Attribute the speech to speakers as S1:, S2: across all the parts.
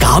S1: 咁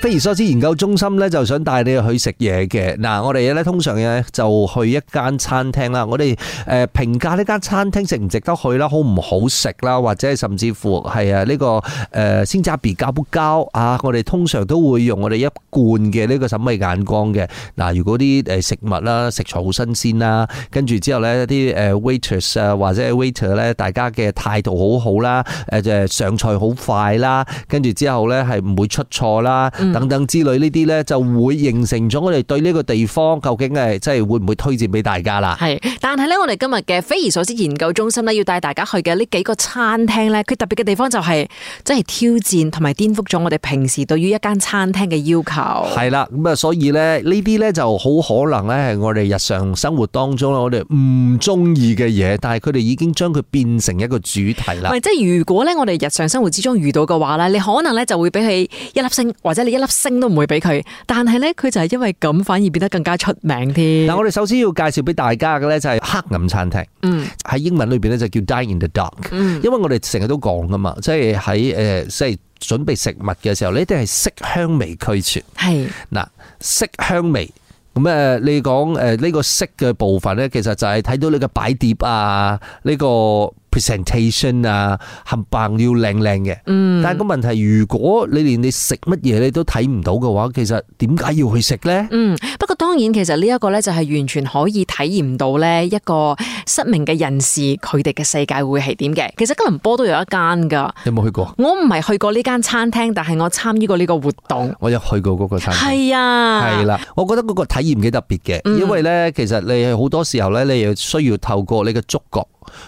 S2: 菲兒所思研究中心咧，就想帶你去食嘢嘅。嗱，我哋咧通常嘅就去一間餐廳啦。我哋誒評價呢間餐廳值唔值得去啦，好唔好食啦，或者甚至乎係啊呢個誒先揸 B 膠不膠啊。我哋通常都會用我哋一貫嘅呢個審美眼光嘅。嗱，如果啲誒食物啦食材好新鮮啦，跟住之後咧啲誒 waitress 啊或者 waiter 咧，大家嘅態度好好啦，誒誒上菜好快啦，跟住之後咧係唔會出錯啦。等等之類呢啲呢，就會形成咗我哋對呢個地方究竟係即係會唔會推薦俾大家啦？
S3: 係，但係咧，我哋今日嘅匪夷所思研究中心咧，要帶大家去嘅呢幾個餐廳咧，佢特別嘅地方就係真係挑戰同埋顛覆咗我哋平時對於一間餐廳嘅要求。
S2: 係啦，咁啊，所以咧呢啲呢就好可能呢係我哋日常生活當中我哋唔中意嘅嘢，但係佢哋已經將佢變成一個主題啦
S3: 唔。係，即係如果咧，我哋日常生活之中遇到嘅話咧，你可能咧就會俾佢一粒星，或者你一粒星都唔會俾佢。但係咧，佢就係因為咁，反而變得更加出名添。
S2: 嗱，我哋首先要介紹俾大家嘅呢，就係黑暗餐廳，
S3: 嗯
S2: 喺英文裏邊呢就叫 Dine in the Dark。
S3: 嗯，
S2: 因為我哋成日都講噶嘛，即係喺誒即係準備食物嘅時候，呢啲係色香味俱全。
S3: 係
S2: 嗱，色香味。咁誒，你講誒呢個色嘅部分咧，其實就係睇到你嘅擺碟啊，呢、個 presentation 啊，冚棒要靚靚嘅。
S3: 嗯，
S2: 但係個問題，如果你連你食乜嘢你都睇唔到嘅話，其實點解要去食咧？
S3: 嗯，不過當然其實呢一個咧就係完全可以體驗到咧一個失明嘅人士佢哋嘅世界會係點嘅。其實吉隆坡都有一間㗎，
S2: 有冇去過？
S3: 我唔係去過呢間餐廳，但係我參與過呢個活動。
S2: 我有去過嗰個餐廳。
S3: 係啊，
S2: 係啦，我覺得嗰個體驗幾特別嘅，因為咧，其實你好多時候咧，你又需要透過你嘅觸覺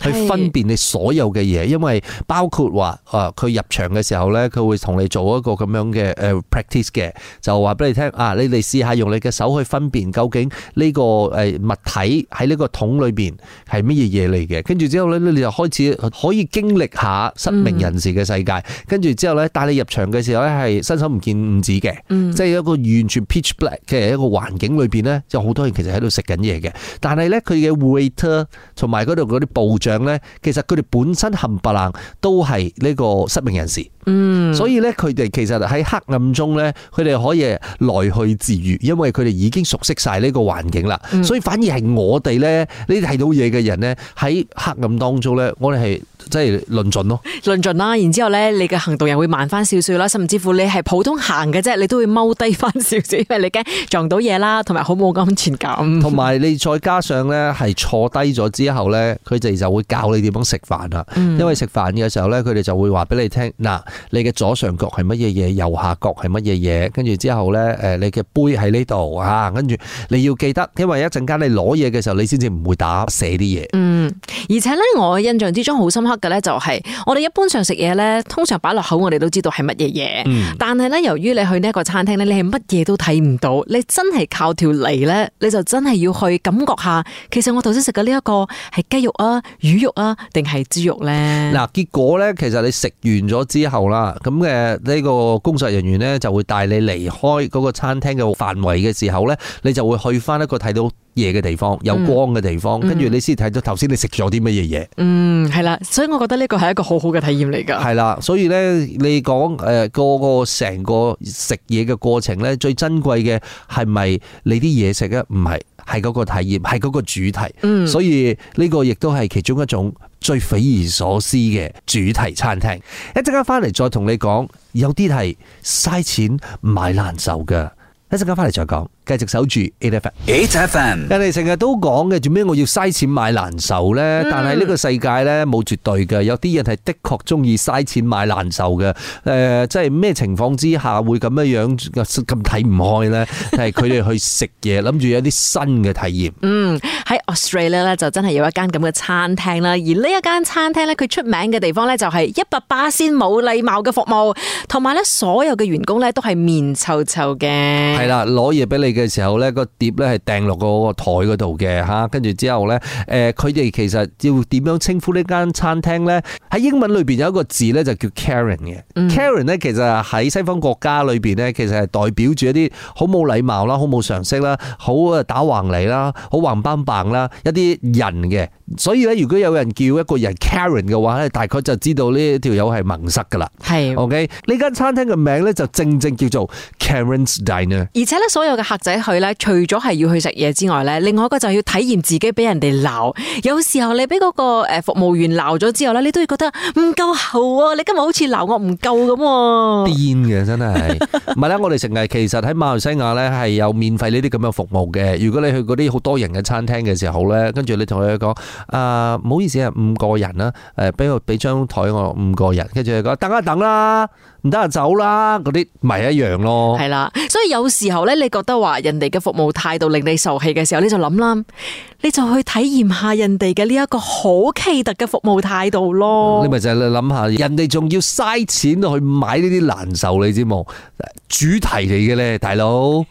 S2: 去分辨你所有嘅嘢，因為包括話啊，佢入場嘅時候咧，佢會同你做一個咁樣嘅誒 practice 嘅，就話俾你聽啊，你哋試下用你嘅手去分辨究竟呢個誒物體喺呢個桶裏邊係乜嘢嘢嚟嘅，跟住之後咧，你就開始可以經歷下失明
S3: 嗯
S2: 人士嘅世界，跟住之後咧，帶你入場嘅時候咧係伸手唔見五指嘅。
S3: 嗯
S2: 即係一個完全 pitch black 嘅一個環境裏邊咧，有好多人其實喺度食緊嘢嘅。但係咧，佢嘅 waiter 同埋嗰度嗰啲部長咧，其實佢哋本身冚唪唥都係呢個失明人士，
S3: 嗯，
S2: 所以咧佢哋其實喺黑暗中咧，佢哋可以來去自如，因為佢哋已經熟悉晒呢個環境啦。
S3: 嗯
S2: 所以反而係我哋咧，呢啲睇到嘢嘅人咧，喺黑暗當中咧，我哋係即係論盡咯。
S3: 論盡啦，然之後咧，你嘅行動又會慢翻少少啦，甚至乎你係普通行嘅啫，你都會踎低翻少少，因為你驚撞到嘢啦，同埋好冇安全感。
S2: 同埋你再加上咧係坐低咗之後咧，佢哋就會教你點樣食飯啦。因為食飯嘅時候咧，佢哋就會話俾你聽，嗱，你嘅左上角係乜嘢嘢，右下角係乜嘢嘢，跟住之後咧，誒，你嘅杯喺呢度啊，跟住你要記得，因為一陣間你攞嘢嘅時候，你先至唔會打瀉啲嘢。
S3: 嗯，而且咧，我印象之中好深刻嘅咧，就係我哋一般上食嘢咧，通常擺落口，我哋都知道係乜嘢嘢。但係咧，由於你去呢一個餐廳咧，你係乜嘢都睇唔到，你真係靠條脷咧，你就真係要去感覺下，其實我頭先食嘅呢一個係雞肉啊、魚肉啊，定係豬肉咧？
S2: 嗱，結果咧，其實你食完咗之後啦，咁嘅呢個工作人員咧就會帶你離開嗰個餐廳嘅範圍嘅時候咧，你就會去翻一個睇到嘢嘅地方，有光嘅地方，跟住你先睇到頭先你食咗啲乜嘢嘢。
S3: 嗯，係啦，所以我覺得呢個係一個好好嘅體驗嚟㗎。
S2: 係啦，所以咧，你講誒個個成個食嘢嘅過程咧，最珍貴嘅係咪你啲嘢食咧？唔係，係嗰個體驗，係嗰個主題。
S3: 嗯
S2: 所以呢個亦都係其中一種最匪夷所思嘅主題餐廳。一陣間翻嚟再同你講，有啲係嘥錢買難受嘅。一陣間翻嚟再講，繼續守住 A F M。
S1: H F M
S2: 人哋成日都講嘅，做咩我要嘥錢買難受呢？但係呢個世界呢，冇絕對嘅，有啲人係的確中意嘥錢買難受嘅。誒、即係咩情況之下會咁樣樣咁睇唔開呢？係佢哋去食嘢，諗住有啲新嘅體驗。
S3: 嗯，喺 Australia 咧就真係有一間咁嘅餐廳啦，而呢一間餐廳咧佢出名嘅地方咧就係一百巴仙冇禮貌嘅服務，同埋咧所有嘅員工咧都係面臭臭嘅。
S2: 係係啦，攞嘢俾你嘅時候咧，個碟咧係掟落個台嗰度嘅吓，跟住之後咧，誒佢哋其實要點樣稱呼呢間餐廳咧？喺英文裏邊有一個字咧就叫 Karen 嘅、Karen 咧其實喺西方國家裏邊咧，其實係代表住一啲好冇禮貌啦、好冇常識啦、好誒打橫嚟啦、好橫斑棒啦一啲人嘅。所以咧，如果有人叫一個人 Karen 嘅話咧，大概就知道呢條友係盟塞噶啦。
S3: 係。
S2: OK，呢間餐廳嘅名咧就正正叫做 Karen's Diner。
S3: 而且咧，所有嘅客仔去咧，除咗係要去食嘢之外咧，另外一個就係要體驗自己俾人哋鬧。有時候你俾嗰個誒服務員鬧咗之後咧，你都會覺得唔夠厚啊！你今日好似鬧我唔夠咁
S2: 癲
S3: 喎。
S2: 嘅真係，唔係啦！我哋成日其實喺馬來西亞咧係有免費呢啲咁嘅服務嘅。如果你去嗰啲好多人嘅餐廳嘅時候咧，跟住你同佢講啊，唔好意思啊，五個人啦，誒俾我俾張台我五個人，跟住佢講等一等啦，唔得就啊走啦，嗰啲咪一樣咯。
S3: 係啊啦，所以有時候咧，你覺得話人哋嘅服務態度令你受氣嘅時候，你就諗啦，你就去體驗下人哋嘅呢一個好奇特嘅服務態度咯。
S2: 哦你咪就係諗下，人哋仲要嘥錢去買呢啲難受，你知冇？主題嚟嘅咧，大佬。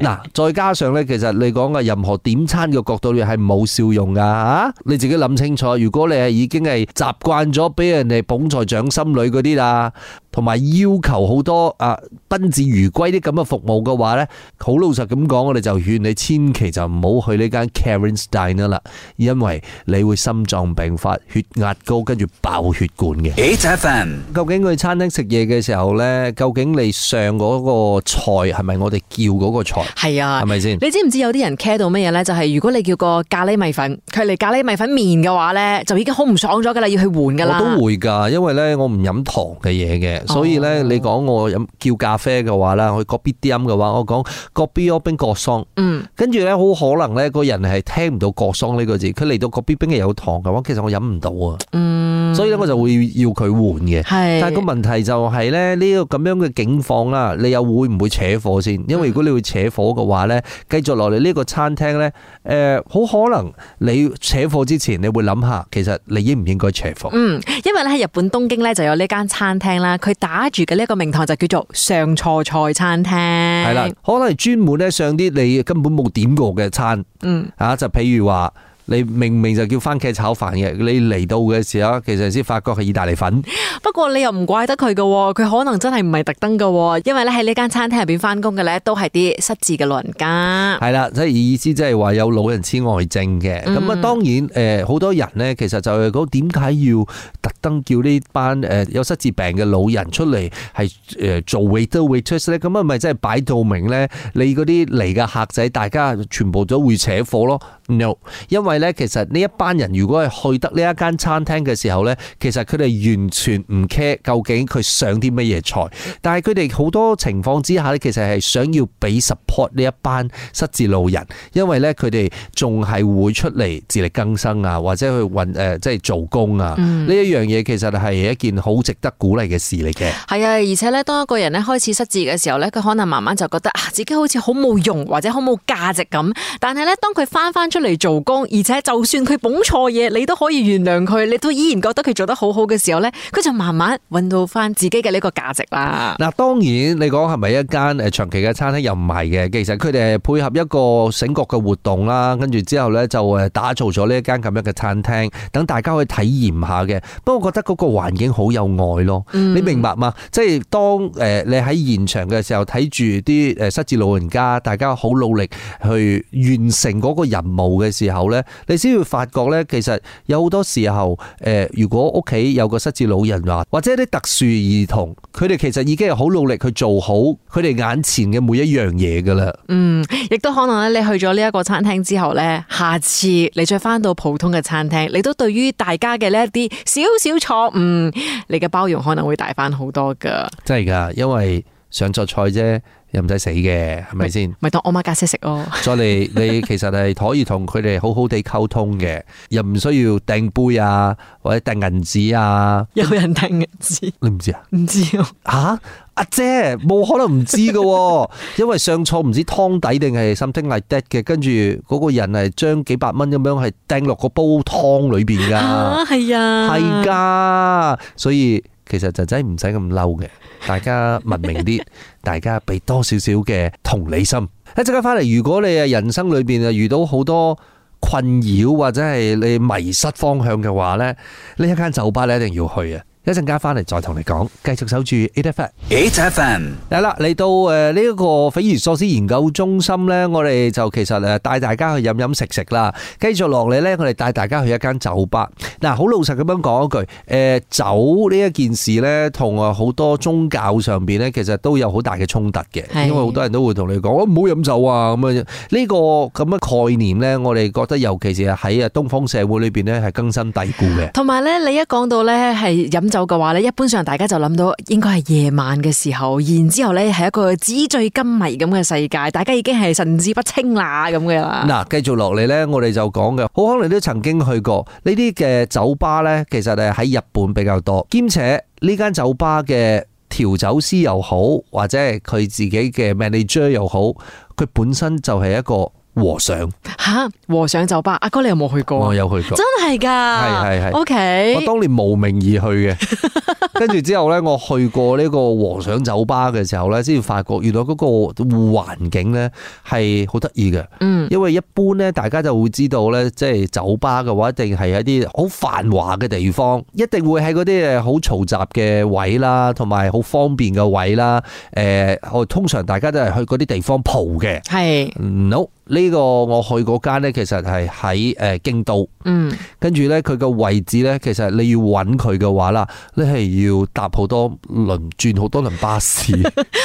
S2: 嗱，再加上咧，其實你講嘅任何點餐嘅角度，你係冇笑容噶吓。你自己諗清楚，如果你係已經係習慣咗俾人哋捧在掌心裏嗰啲啦，同埋要求好多啊賓至如歸啲咁嘅服務嘅話咧，好老實咁講，我哋就勸你千祈就唔好去呢間 Karen's Diner 啦，因為你會心臟病發、血壓高，跟住爆血管嘅。
S1: HFM，
S2: 究竟去餐廳食嘢嘅時候呢，究竟你上嗰個菜係咪我哋叫嗰個菜，
S3: 係啊
S2: 係。咪先？
S3: 你知唔知有啲人 care 到啊乜嘢咧？就係、如果你叫個咖喱米粉，佢嚟咖喱米粉面嘅話咧，就已經好唔爽咗噶啦，要去換
S2: 我
S3: 噶啦。哦
S2: 都會㗎，因為呢，我唔飲糖嘅嘢嘅，所以呢，你講我飲叫咖啡嘅話啦，我 kopi 啲飲嘅話，我講 kopi o 冰角桑，
S3: 嗯，
S2: 跟住呢，好可能呢個人係聽唔到角桑呢個字，佢嚟到 kopi 冰係有糖嘅話，其實我飲唔到啊，
S3: 嗯
S2: 所以呢，我就會要佢換嘅。
S3: 係。
S2: 但係個問題就係咧，呢個咁樣嘅境況啦，你又會唔會扯火先？因
S3: 嗯
S2: 為如果你會扯火嘅話咧，繼續落嚟呢個餐廳咧，誒、好可能你扯火之前，你會諗下，其實你應唔應該扯火？
S3: 嗯，因為咧喺日本東京咧就有呢間餐廳啦，佢打住嘅呢一個名堂就叫做上錯菜餐廳。
S2: 係
S3: 係
S2: 啦，可能係專門咧上啲你根本冇點過嘅餐，
S3: 嗯，
S2: 啊，就譬如話。你明明就叫番茄炒飯嘅，你嚟到嘅時候，其實先發覺係意大利粉，
S3: 不過你又唔怪得佢嘅喎，佢可能真係唔係特登嘅喎，因為咧喺呢間餐廳入邊翻工嘅咧都係啲失智嘅老人家。
S2: 係啦，即係意思即係話有老人痴呆症嘅。咁啊、當然誒，好多人咧，其實就呃係講點解要特登叫呢班誒有失智病嘅老人出嚟係誒做 waiter waitress 咧？咁啊，咪即係擺到明咧，你嗰啲嚟嘅客仔，大家全部都會扯火咯。No，因為咧，其實呢一班人如果係去得呢一間餐廳嘅時候咧，其實佢哋完全唔 care 究竟佢上啲乜嘢菜。但係佢哋好多情況之下咧，其實係想要俾 support 呢一班失智老人，因為咧佢哋仲係會出嚟自力更生啊，或者去揾誒、呃即係做工啊。呢一樣嘢其實係一件好值得鼓勵嘅事嚟嘅。
S3: 係啊，而且咧，當一個人咧開始失智嘅時候咧，佢可能慢慢就覺得啊，自己好似好冇用或者好冇價值咁。但係咧，當佢翻翻出嚟做工，而且就算佢捧錯嘢，你都可以原諒佢，你都依然覺得佢做得好好嘅時候咧，佢就慢慢揾到翻自己嘅呢個價值啦。
S2: 嗱，當然你講係咪一間誒長期嘅餐廳又唔係嘅，其實佢哋係配合一個醒覺嘅活動啦，跟住之後呢，就誒打造咗呢一間咁樣嘅餐廳，等大家去體驗下嘅。嗯不過我覺得嗰個環境好有愛咯，你明白嘛？即係當誒你喺現場嘅時候睇住啲誒失智老人家，大家好努力去完成嗰個任務嘅時候呢，你先會發覺呢，其實有好多時候誒、如果屋企有個失智老人話，或者啲特殊兒童，佢哋其實已經係好努力去做好佢哋眼前嘅每一樣嘢㗎啦。
S3: 嗯，亦都可能咧，你去咗呢一個餐廳之後咧，下次你再翻到普通嘅餐廳，你都對於大家嘅呢一啲少少錯誤，你嘅包容可能會大翻好多噶。
S2: 真係㗎，因為上錯菜啫，又唔使死嘅，係咪先？
S3: 咪當我媽家姐食咯。
S2: 再嚟，你其實係可以同佢哋好好地溝通嘅，又唔需要掟杯啊，或者掟銀紙啊，
S3: 有人聽嘅知
S2: 你唔知啊？
S3: 唔知啊？
S2: 吓、阿姐冇可能唔知嘅喎， 因為上錯唔知湯底定係 something like that 嘅，跟住嗰個人係將幾百蚊咁樣係 掟落個煲湯裏邊㗎，
S3: 啊啊，係啊，
S2: 係㗎，所以其實就真係唔使咁嬲嘅，大家文明啲，大家俾多少少嘅同理心。一陣間翻嚟，如果你啊人生裏邊啊遇到好多困擾或者係你迷失方向嘅話呢，呢一間酒吧你一定要去啊！一陣間翻嚟再同你講，繼續守住 A F M。
S4: 8FM,
S2: 係啦，嚟到誒呢一個匪夷所思研究中心呢，我哋就其實誒帶大家去飲飲食食啦。繼續落嚟呢，我哋帶大家去一間酒吧。嗱，好老實咁樣講一句，誒、酒呢一件事呢，同啊好多宗教上邊呢，其實都有好大嘅衝突嘅，
S3: 係
S2: 因為好多人都會同你講，我唔好飲酒啊咁樣。呢、個咁嘅概念呢，我哋覺得尤其是喺啊東方社會裏邊呢，係根深蒂固嘅。
S3: 同埋咧，你一講到咧係飲酒嘅話咧，一般上大家就諗到應該係夜晚嘅時候，然之後咧係一個紙醉金迷咁嘅世界，大家已經係神志不清啦咁嘅啦。
S2: 嗱，繼續落嚟呢，我哋就講嘅，好可能你都曾經去過呢啲嘅酒吧呢，其實誒喺日本比較多，兼且呢間酒吧嘅調酒師又好，或者係佢自己嘅 manager 又好，佢本身就係一個和尚，
S3: 吓和尚酒吧，阿哥你有冇去過？啊
S2: 我有去過。
S3: 真係㗎，
S2: 係係係
S3: O
S2: 我
S3: K，
S2: 當年慕名而去嘅， 跟住之後呢，我去過呢個和尚酒吧嘅時候呢，先至發覺原來嗰個環境呢係好得意嘅。
S3: 嗯，
S2: 因為一般咧，大家就會知道咧，即係酒吧嘅話，一定係一啲好繁華嘅地方，一定會喺嗰啲誒呃好嘈雜嘅位啦，同埋好方便嘅位啦。誒、我通常大家都係去嗰啲地方蒲嘅。
S3: 係，
S2: no，呢個我去嗰間咧，其實係喺誒京都，
S3: 嗯，
S2: 跟住咧佢嘅位置咧，其實你要揾佢嘅話啦，你係要搭好多輪，轉好多輪巴 士。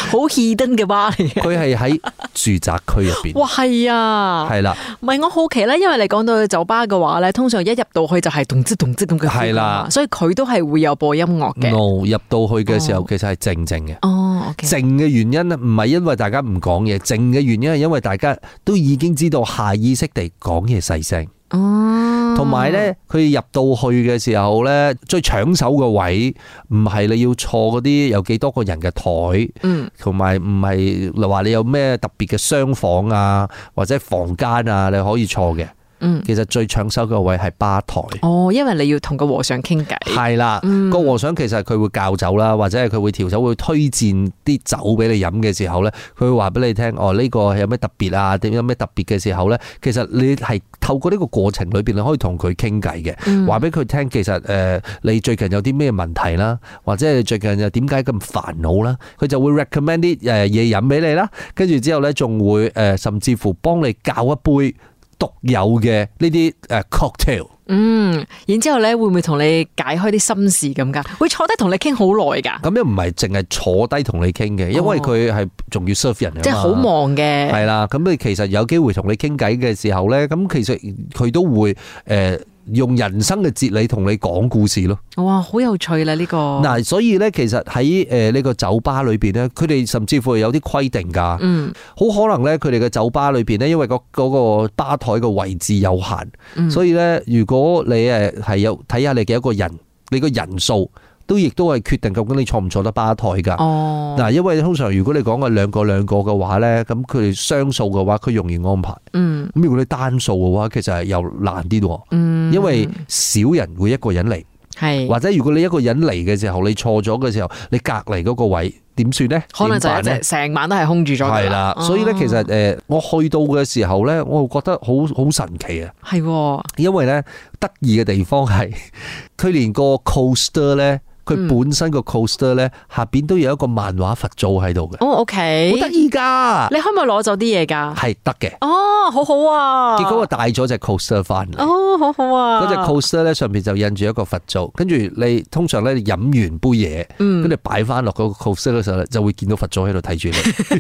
S3: 好 h 登嘅巴嚟嘅。
S2: 佢係喺住宅區入邊，
S3: 哇，係啊，
S2: 係啦。
S3: 唔係我好奇咧，因為你講到酒吧嘅話咧，通常一入到去就係咚吱咚吱咁嘅 feel
S2: 係啦嗯
S3: 㗎所以佢都係會有播音樂嘅。
S2: no 入到去嘅時候
S3: 哦
S2: 其實係靜靜嘅。
S3: 哦，OK，
S2: 靜嘅原因咧，唔係因為大家唔講嘢，靜嘅原因係因為大家都已經知道下意識地講嘢細聲，
S3: 哦，
S2: 同埋呢，佢入到去嘅時候呢，最搶手嘅位唔係你要坐嗰啲有幾多個人嘅台，
S3: 嗯，
S2: 同埋唔係話你有咩特別嘅商房啊或者房間啊你可以坐嘅，
S3: 嗯
S2: 其實最搶手嘅位係吧台。
S3: 哦，因為你要同個和尚傾偈，
S2: 係啦，個和尚其實佢會教酒啦，或者係佢會調酒，會推薦啲酒俾你飲嘅時候呢，佢會話俾你聽，哦呢個有咩特別啊？點有咩特別嘅時候呢？其實你係透過呢個過程裏邊，你可以同佢傾偈嘅，話俾佢聽，其實誒、呃你最近有啲咩問題啦，或者係最近又點解咁煩惱啦，佢就會 recommend 啲誒嘢飲俾你啦，跟住之後呢，仲會誒、呃甚至乎幫你教一杯獨有嘅呢啲誒 cocktail。
S3: 嗯，然之後咧會唔會同你解開啲心事咁噶？會坐低同你傾好耐噶，
S2: 咁又唔係淨係坐低同你傾嘅，因為佢係仲要 serve 人啊嘛
S3: 哦即係好。忙嘅，
S2: 係啦，咁你其實有機會同你傾偈嘅時候呢，咁其實佢都會诶、呃用人生嘅哲理同你講故事咯。
S3: 哇，好有趣啦呢個，
S2: 嗱、所以呢，其實喺诶呢個酒吧裏边呢，佢哋甚至乎係有啲規定㗎。
S3: 嗯
S2: 好可能咧，佢哋嘅酒吧裏邊咧，因為嗰嗰個吧台嘅位置有限，
S3: 嗯
S2: 所以咧，如果你誒係有睇下你嘅一個人，你個人數都亦都係決定究竟你坐唔坐得吧台㗎。
S3: 哦，
S2: 嗱，因為通常如果你講嘅兩個兩個嘅話咧，咁佢哋雙數嘅話，佢容易安排。
S3: 嗯
S2: 咁如果你單數嘅話，其實係又難啲喎，
S3: 嗯，
S2: 因為少人會一個人嚟，
S3: 係
S2: 或者如果你一個人嚟嘅時候，你錯咗嘅時候，你隔離嗰個位點算咧？
S3: 可能就
S2: 點辦
S3: 一
S2: 呢
S3: 隻成晚都係空住咗㗎，哦
S2: 係啦，所以咧其實誒，我去到嘅時候咧，我覺得好好神奇啊！
S3: 係喎哦
S2: 因為咧得意嘅地方係 佢連個 coaster 咧，佢
S3: 嗯
S2: 本身個 coaster 咧下邊都有一個漫畫佛祖喺度嘅，
S3: 哦，OK，
S2: 好得意㗎，
S3: 你可唔可以攞走啲嘢㗎？
S2: 係得嘅。
S3: 哦，好好啊，
S2: 結果我帶咗隻 coaster 翻嚟。
S3: 哦，好好啊，
S2: 嗰隻 coaster 咧上邊就印住一個佛祖，跟住你通常咧你飲完杯嘢，
S3: 嗯
S2: 跟住擺翻落嗰個 coaster 嘅時候咧，就會見到佛祖喺度睇住 你，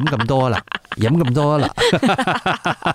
S2: 飲咁多啦，飲咁多啦。
S4: 8FM,
S3: ，A F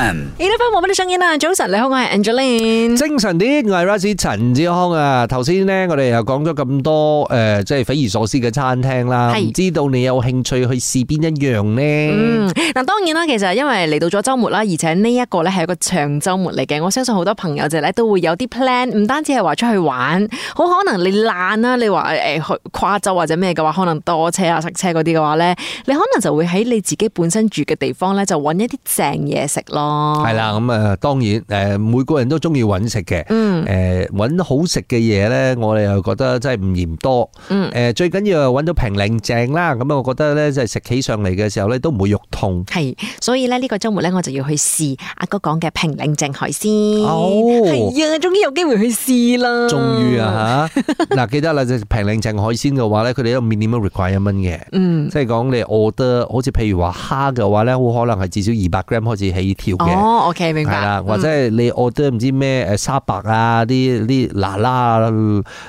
S3: M 冇乜啲聲音啊啦，早晨，你好，我係 Angeline，
S2: 精神啲，我係 Rice 陳志康啊！頭先呢，我哋又講咗咁多诶、呃即係匪夷所思嘅餐廳啦，
S3: 係
S2: 唔知道你有興趣去試邊一樣呢？
S3: 嗯，嗱當然啦，其實因為嚟到咗週末啦，而且呢一個咧係一個長週末嚟嘅，我相信好多朋友就咧都會有啲 plan，唔單止係話出去玩，好可能你懶啦，你話誒去跨州或者咩嘅話，可能多車啊、塞車嗰啲嘅話咧，你可能就會喺你自己本身住嘅地方咧，就揾一啲正嘢食咯。
S2: 呃係啦，咁啊，當然诶、呃每個人都中意揾食嘅，
S3: 嗯，
S2: 诶、揾好食嘅嘢嘢咧，我哋又覺得真係唔嫌多。
S3: 嗯
S2: 誒、最緊要係揾到平靚正啦。咁我覺得咧，即係食起上嚟嘅時候咧，都唔會肉痛。
S3: 系，所以咧呢個周末咧我就要去試阿哥講嘅平靚正海鮮。
S2: 哦
S3: 係啊，終於有機會去試啦。
S2: 終於！啊 嚇！嗱，記得啦，就平靚正海鮮嘅話咧，佢哋有 minimum requirement 嘅，
S3: 嗯，
S2: 即係講你 order，好似譬如話蝦嘅話咧，好可能係至少二百 gram 開始起跳嘅。
S3: 哦，OK，明
S2: 系
S3: 白。
S2: 啦，或
S3: 嗯
S2: 者係你 order 唔知咩誒沙白啊，啲啲嗱嗱啊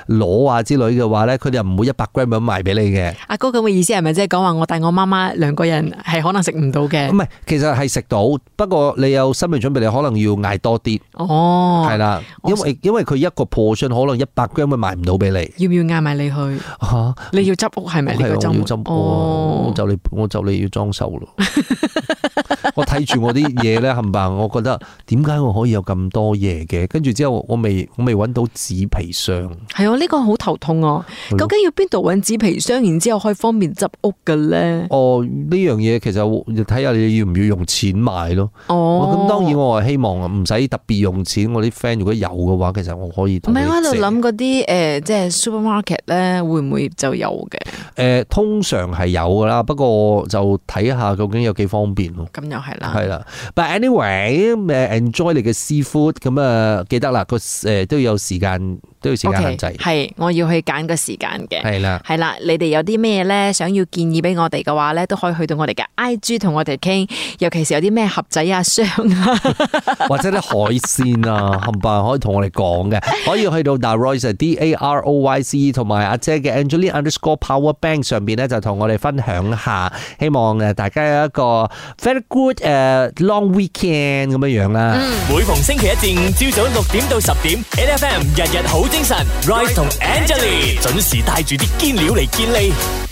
S2: 螺啊之類嘅話咧，佢哋又唔會一百 gram 咁賣俾你嘅。
S3: 阿哥咁嘅意思係咪即係講話我帶我媽媽兩個人係可能食唔到嘅
S2: 唔？係，其實係食到，不過你有心理準備，你可能要嗌多啲，
S3: 哦，
S2: 係啦，
S3: 我
S2: 因為因為佢一個 portion 可能一百 gram 都賣唔到俾你
S3: 要唔要嗌埋你去？
S2: 嚇。
S3: 你要執屋係哦咪呢
S2: 係嗯
S3: 個
S2: 我
S3: 周
S2: 要
S3: 末？
S2: 執喎，我
S3: 哦，
S2: 就你我就你要裝修咯。 我睇住我啲嘢咧，冚唪唥，我覺得點解我可以有咁多嘢嘅？跟住之後我未我未揾到紙皮箱。
S3: 係啊，呢個好頭痛啊！
S2: 係咯
S3: 究竟要邊度揾紙皮箱，然之後可以方便執屋嘅咧？
S2: 哦，呢樣嘢其實要睇下你要唔要用錢買咯。
S3: 哦，
S2: 咁、當然我係希望唔使特別用錢。我啲 friend 如果有嘅話，其實我可以
S3: 唔
S2: 同
S3: 係我喺
S2: 你
S3: 度
S2: 借。
S3: 諗嗰啲誒，即係 supermarket 咧，會唔會就有嘅？
S2: 誒通常係有噶啦，不過就睇下究竟有幾方便咯。
S3: 咁又係啦。
S2: 係啦，but anyway，誒 enjoy 你嘅 seafood，咁啊記得啦，個誒都要有時間，都要時
S3: O
S2: 間
S3: K，
S2: 限制，
S3: 係我要去揀個時間嘅。
S2: 係啦。
S3: 係啦，你哋有啲咩咧想要建議俾我哋嘅話咧，都可以去到我哋嘅 I G 同我哋傾。尤其是有啲咩盒仔啊、箱啊，
S2: 或者啲海鮮啊， 冚唪唥可以同我哋講嘅，可以去到 Daroyce D A R O Y C E 同埋阿姐嘅 Angelina Underscore Power Bank 上邊咧，就同我哋分享下，希望誒大家有一個 very good 誒、long weekend 咁樣樣啦。
S1: 每逢星期一至五朝早六點到十點，N F M 日日好精神，Rise 同 Angelie 準時帶住啲堅料嚟健利。